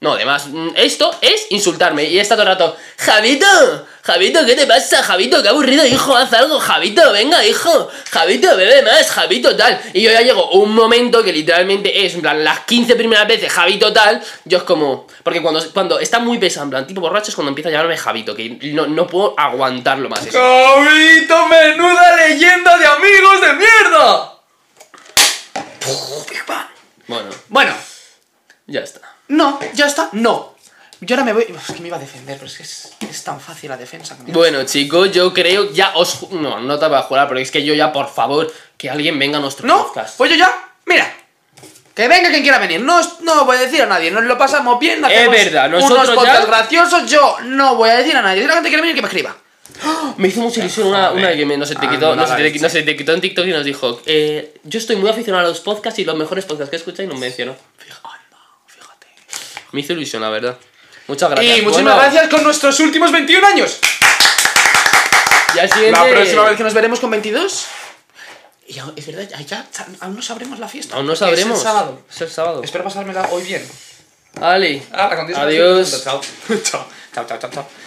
S1: No, además, mm, esto es insultarme. Y está todo el rato, Javito, Javito, ¿qué te pasa? Javito, qué aburrido, hijo, haz algo. Javito, venga, hijo. Javito, bebe más, Javito, tal. Y yo ya llego un momento que literalmente es, en plan, las 15 primeras veces, Javito, tal. Yo es como, porque cuando, cuando está muy pesado, en plan, tipo borracho, es cuando empieza a llamarme Javito, que no, no puedo aguantarlo más. Eso.
S3: ¡Cabito, menuda leyenda de amigos de mierda!
S1: Bueno,
S3: Bueno,
S1: ya está.
S3: no, ya está, no. Yo ahora me voy. Es que me iba a defender, pero es que es, es tan fácil la defensa. que me-
S1: Bueno, chicos, yo creo, ya os. ju- No, no te voy a jurar, pero es que yo ya, por favor, que alguien venga a nuestro
S3: ¿No?
S1: podcast.
S3: Pues yo ya, mira. Que venga quien quiera venir. No, os- no voy a decir a nadie. Nos lo pasamos bien. hacemos
S1: verdad,
S3: unos
S1: nosotros
S3: podcasts
S1: ya-
S3: graciosos. Yo no voy a decir a nadie. Si la gente quiere venir, que me escriba.
S1: Me hizo mucha ilusión una,
S3: Joder.
S1: una que me, no se te
S3: Ah,
S1: quitó,
S3: no
S1: no se
S3: la
S1: te,
S3: leche.
S1: no se te quitó en TikTok y nos dijo, eh, yo estoy muy aficionado a los podcasts y los mejores podcasts que escucháis y nos mencionó.
S3: Fíjate.
S1: Me hizo ilusión, la verdad. Muchas
S3: Y
S1: gracias.
S3: muchísimas
S1: Bueno,
S3: gracias con nuestros últimos 21 años.
S1: Y al siguiente...
S3: La próxima vez que nos veremos con 22. Y a- es verdad, ya- ya aún no sabremos la fiesta.
S1: Aún no
S3: porque es el
S1: sabremos.
S3: sábado.
S1: Es el sábado.
S3: Espero pasármela hoy bien.
S1: Ale.
S3: Hala, con Dios,
S1: Adiós.
S3: Chao. Chao, chao, chao, chao.